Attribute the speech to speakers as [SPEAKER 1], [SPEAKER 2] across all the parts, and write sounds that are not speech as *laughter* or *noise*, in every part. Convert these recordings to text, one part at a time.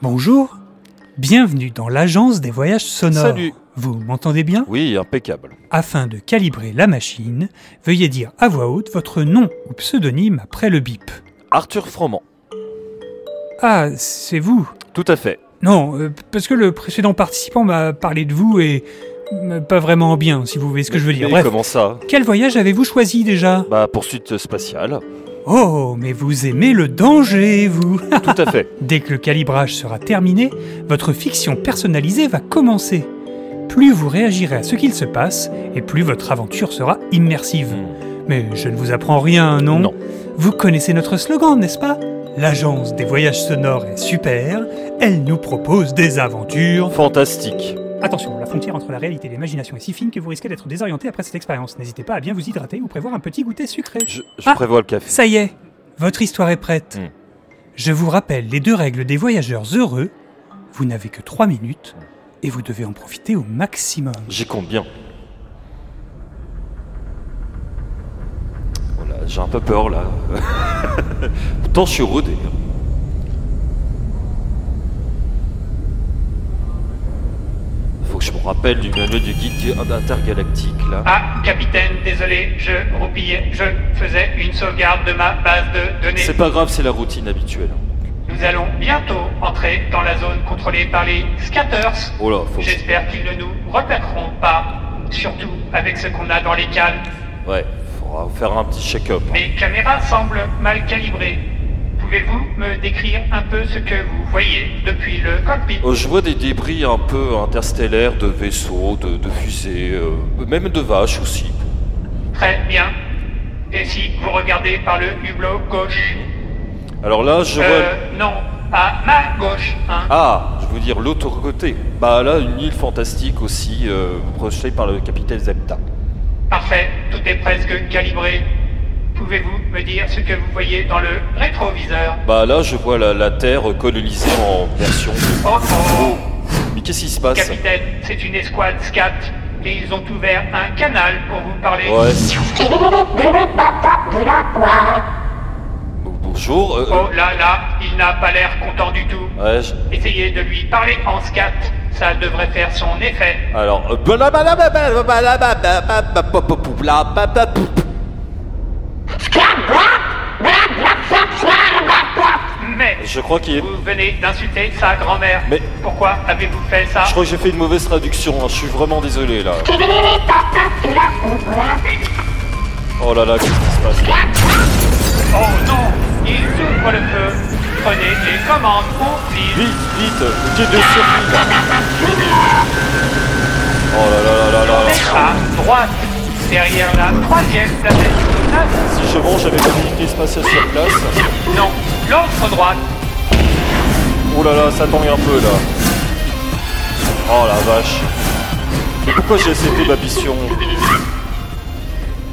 [SPEAKER 1] Bonjour, bienvenue dans l'agence des voyages sonores.
[SPEAKER 2] Salut.
[SPEAKER 1] Vous m'entendez bien
[SPEAKER 2] Oui, impeccable.
[SPEAKER 1] Afin de calibrer la machine, veuillez dire à voix haute votre nom ou pseudonyme après le bip.
[SPEAKER 2] Arthur Froment.
[SPEAKER 1] Ah, c'est vous
[SPEAKER 2] Tout à fait.
[SPEAKER 1] Non, euh, parce que le précédent participant m'a parlé de vous et euh, pas vraiment bien, si vous voyez ce que je veux dire.
[SPEAKER 2] Mais
[SPEAKER 1] Bref,
[SPEAKER 2] comment ça
[SPEAKER 1] quel voyage avez-vous choisi déjà
[SPEAKER 2] Bah, poursuite spatiale. *laughs*
[SPEAKER 1] Oh, mais vous aimez le danger, vous
[SPEAKER 2] Tout à fait.
[SPEAKER 1] Dès que le calibrage sera terminé, votre fiction personnalisée va commencer. Plus vous réagirez à ce qu'il se passe, et plus votre aventure sera immersive. Mais je ne vous apprends rien, non
[SPEAKER 2] Non.
[SPEAKER 1] Vous connaissez notre slogan, n'est-ce pas L'agence des voyages sonores est super, elle nous propose des aventures.
[SPEAKER 2] Fantastique.
[SPEAKER 1] Attention, la frontière entre la réalité et l'imagination est si fine que vous risquez d'être désorienté après cette expérience. N'hésitez pas à bien vous hydrater ou prévoir un petit goûter sucré.
[SPEAKER 2] Je, je
[SPEAKER 1] Ah.
[SPEAKER 2] prévois le café.
[SPEAKER 1] Ça y est, votre histoire est prête.
[SPEAKER 2] Hmm.
[SPEAKER 1] Je vous rappelle les deux règles des voyageurs heureux. Vous n'avez que trois minutes et vous devez en profiter au maximum.
[SPEAKER 2] J'y compte bien. Oh là, j'ai un peu peur là. *laughs* Pourtant, je suis rodé. hein. Faut que je me rappelle du manuel du guide intergalactique là.
[SPEAKER 3] Ah, capitaine, désolé, je roupillais, je faisais une sauvegarde de ma base de données.
[SPEAKER 2] C'est pas grave, c'est la routine habituelle.
[SPEAKER 3] Nous allons bientôt entrer dans la zone contrôlée par les scatters.
[SPEAKER 2] Oh là, faut que je-
[SPEAKER 3] J'espère qu'ils ne nous repéreront pas, surtout avec ce qu'on a dans les cales.
[SPEAKER 2] Ouais, faudra faire un petit check-up. hein.
[SPEAKER 3] Mes caméras semblent mal calibrées. Pouvez-vous me décrire un peu ce que vous voyez depuis le cockpit
[SPEAKER 2] Euh, Je vois des débris un peu interstellaires de vaisseaux, de, de fusées, euh, même de vaches aussi.
[SPEAKER 3] Très bien. Et si vous regardez par le hublot gauche
[SPEAKER 2] Alors là, je vois.
[SPEAKER 3] Euh, non, à ma gauche, hein.
[SPEAKER 2] Ah, je veux dire l'autre côté. Bah là, une île fantastique aussi, euh, projetée par le capitaine Zepta.
[SPEAKER 3] Parfait, tout est presque calibré. Pouvez-vous me dire ce que vous voyez dans le rétroviseur
[SPEAKER 2] Bah là, je vois la, la Terre colonisée en version. de-
[SPEAKER 3] Oh oh
[SPEAKER 2] Mais qu'est-ce qui se passe
[SPEAKER 3] Capitaine, c'est une escouade SCAT et ils ont ouvert un canal pour vous parler.
[SPEAKER 2] Ouais. Bon- Bonjour. euh,
[SPEAKER 3] Oh là là, il n'a pas l'air content du tout.
[SPEAKER 2] euh, ouais, je-
[SPEAKER 3] Essayez de lui parler en SCAT, ça devrait faire son effet.
[SPEAKER 2] Alors. euh, blablabla-
[SPEAKER 3] Mais
[SPEAKER 2] Je crois qu'il est.
[SPEAKER 3] vous venez d'insulter sa grand-mère.
[SPEAKER 2] Mais-
[SPEAKER 3] Pourquoi avez-vous fait ça
[SPEAKER 2] Je crois que j'ai fait une mauvaise traduction, hein, je suis vraiment désolé là. Oh là là, qu'est-ce qui se passe là
[SPEAKER 3] Oh non, ils ouvrent le feu. Prenez les commandes, on file.
[SPEAKER 2] Vite, vite, le guide de survie là Oh là là là là là là
[SPEAKER 3] à droite, derrière la troisième planète.
[SPEAKER 2] Si je mange avec l'unité spatiale sur place.
[SPEAKER 3] Non, l'autre droite.
[SPEAKER 2] Oh là là, ça tangue un peu là. Oh la vache. Pourquoi j'ai accepté ma mission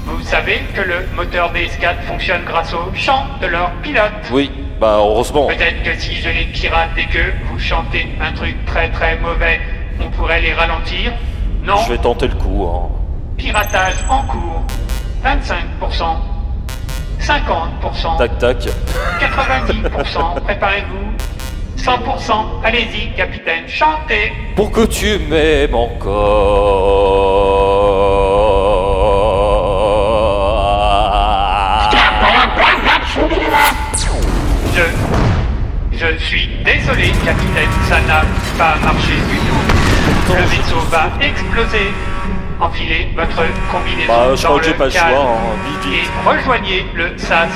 [SPEAKER 3] Vous savez que le moteur des S4 fonctionne grâce au chant de leur pilote.
[SPEAKER 2] Oui, bah heureusement.
[SPEAKER 3] Peut-être que si je les pirate et que vous chantez un truc très très mauvais, on pourrait les ralentir. Non,
[SPEAKER 2] Je vais tenter le coup. hein.
[SPEAKER 3] piratage en cours. 25%. 50%,
[SPEAKER 2] Tac tac.
[SPEAKER 3] 90%, préparez-vous. 100%, allez-y, capitaine, chantez.
[SPEAKER 2] Pour que tu m'aimes encore.
[SPEAKER 3] Je. Je suis désolé, capitaine, ça n'a pas marché du tout. Le vaisseau va exploser. Enfilez votre combinaison
[SPEAKER 2] Bah, je
[SPEAKER 3] dans
[SPEAKER 2] crois que j'ai
[SPEAKER 3] le
[SPEAKER 2] pas le choix,
[SPEAKER 3] calme
[SPEAKER 2] hein. Vite, vite.
[SPEAKER 3] et rejoignez le SAS.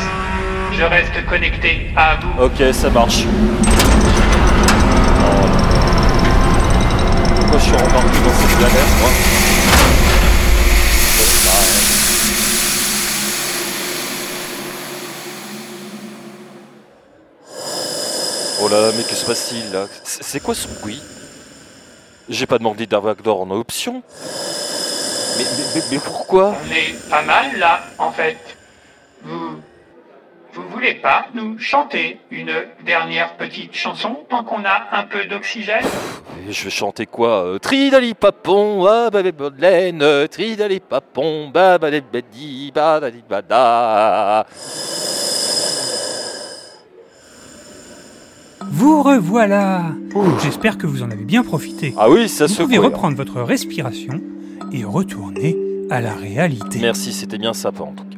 [SPEAKER 3] Je reste connecté à vous.
[SPEAKER 2] Ok, ça marche. Oh. Pourquoi je suis embarqué dans cette galère, moi Ouais, bah, ouais. Oh là là, mais que se passe-t-il là C'est c'est quoi ce bruit J'ai pas demandé d'Arvagdor en option mais, mais, mais- mais pourquoi
[SPEAKER 3] On est pas mal là, en fait. Vous. Vous voulez pas nous chanter une dernière petite chanson tant qu'on a un peu d'oxygène
[SPEAKER 2] Et je vais chanter quoi euh, Tridali papon, ah bah les bodelaine, euh, tridali papon, bah bah les badi, bah bah les bada.
[SPEAKER 1] Vous revoilà J'espère que vous en avez bien profité.
[SPEAKER 2] Ah oui, ça
[SPEAKER 1] vous
[SPEAKER 2] se
[SPEAKER 1] pouvez reprendre votre respiration et retourner à la réalité.
[SPEAKER 2] Merci, c'était bien sympa en tout cas.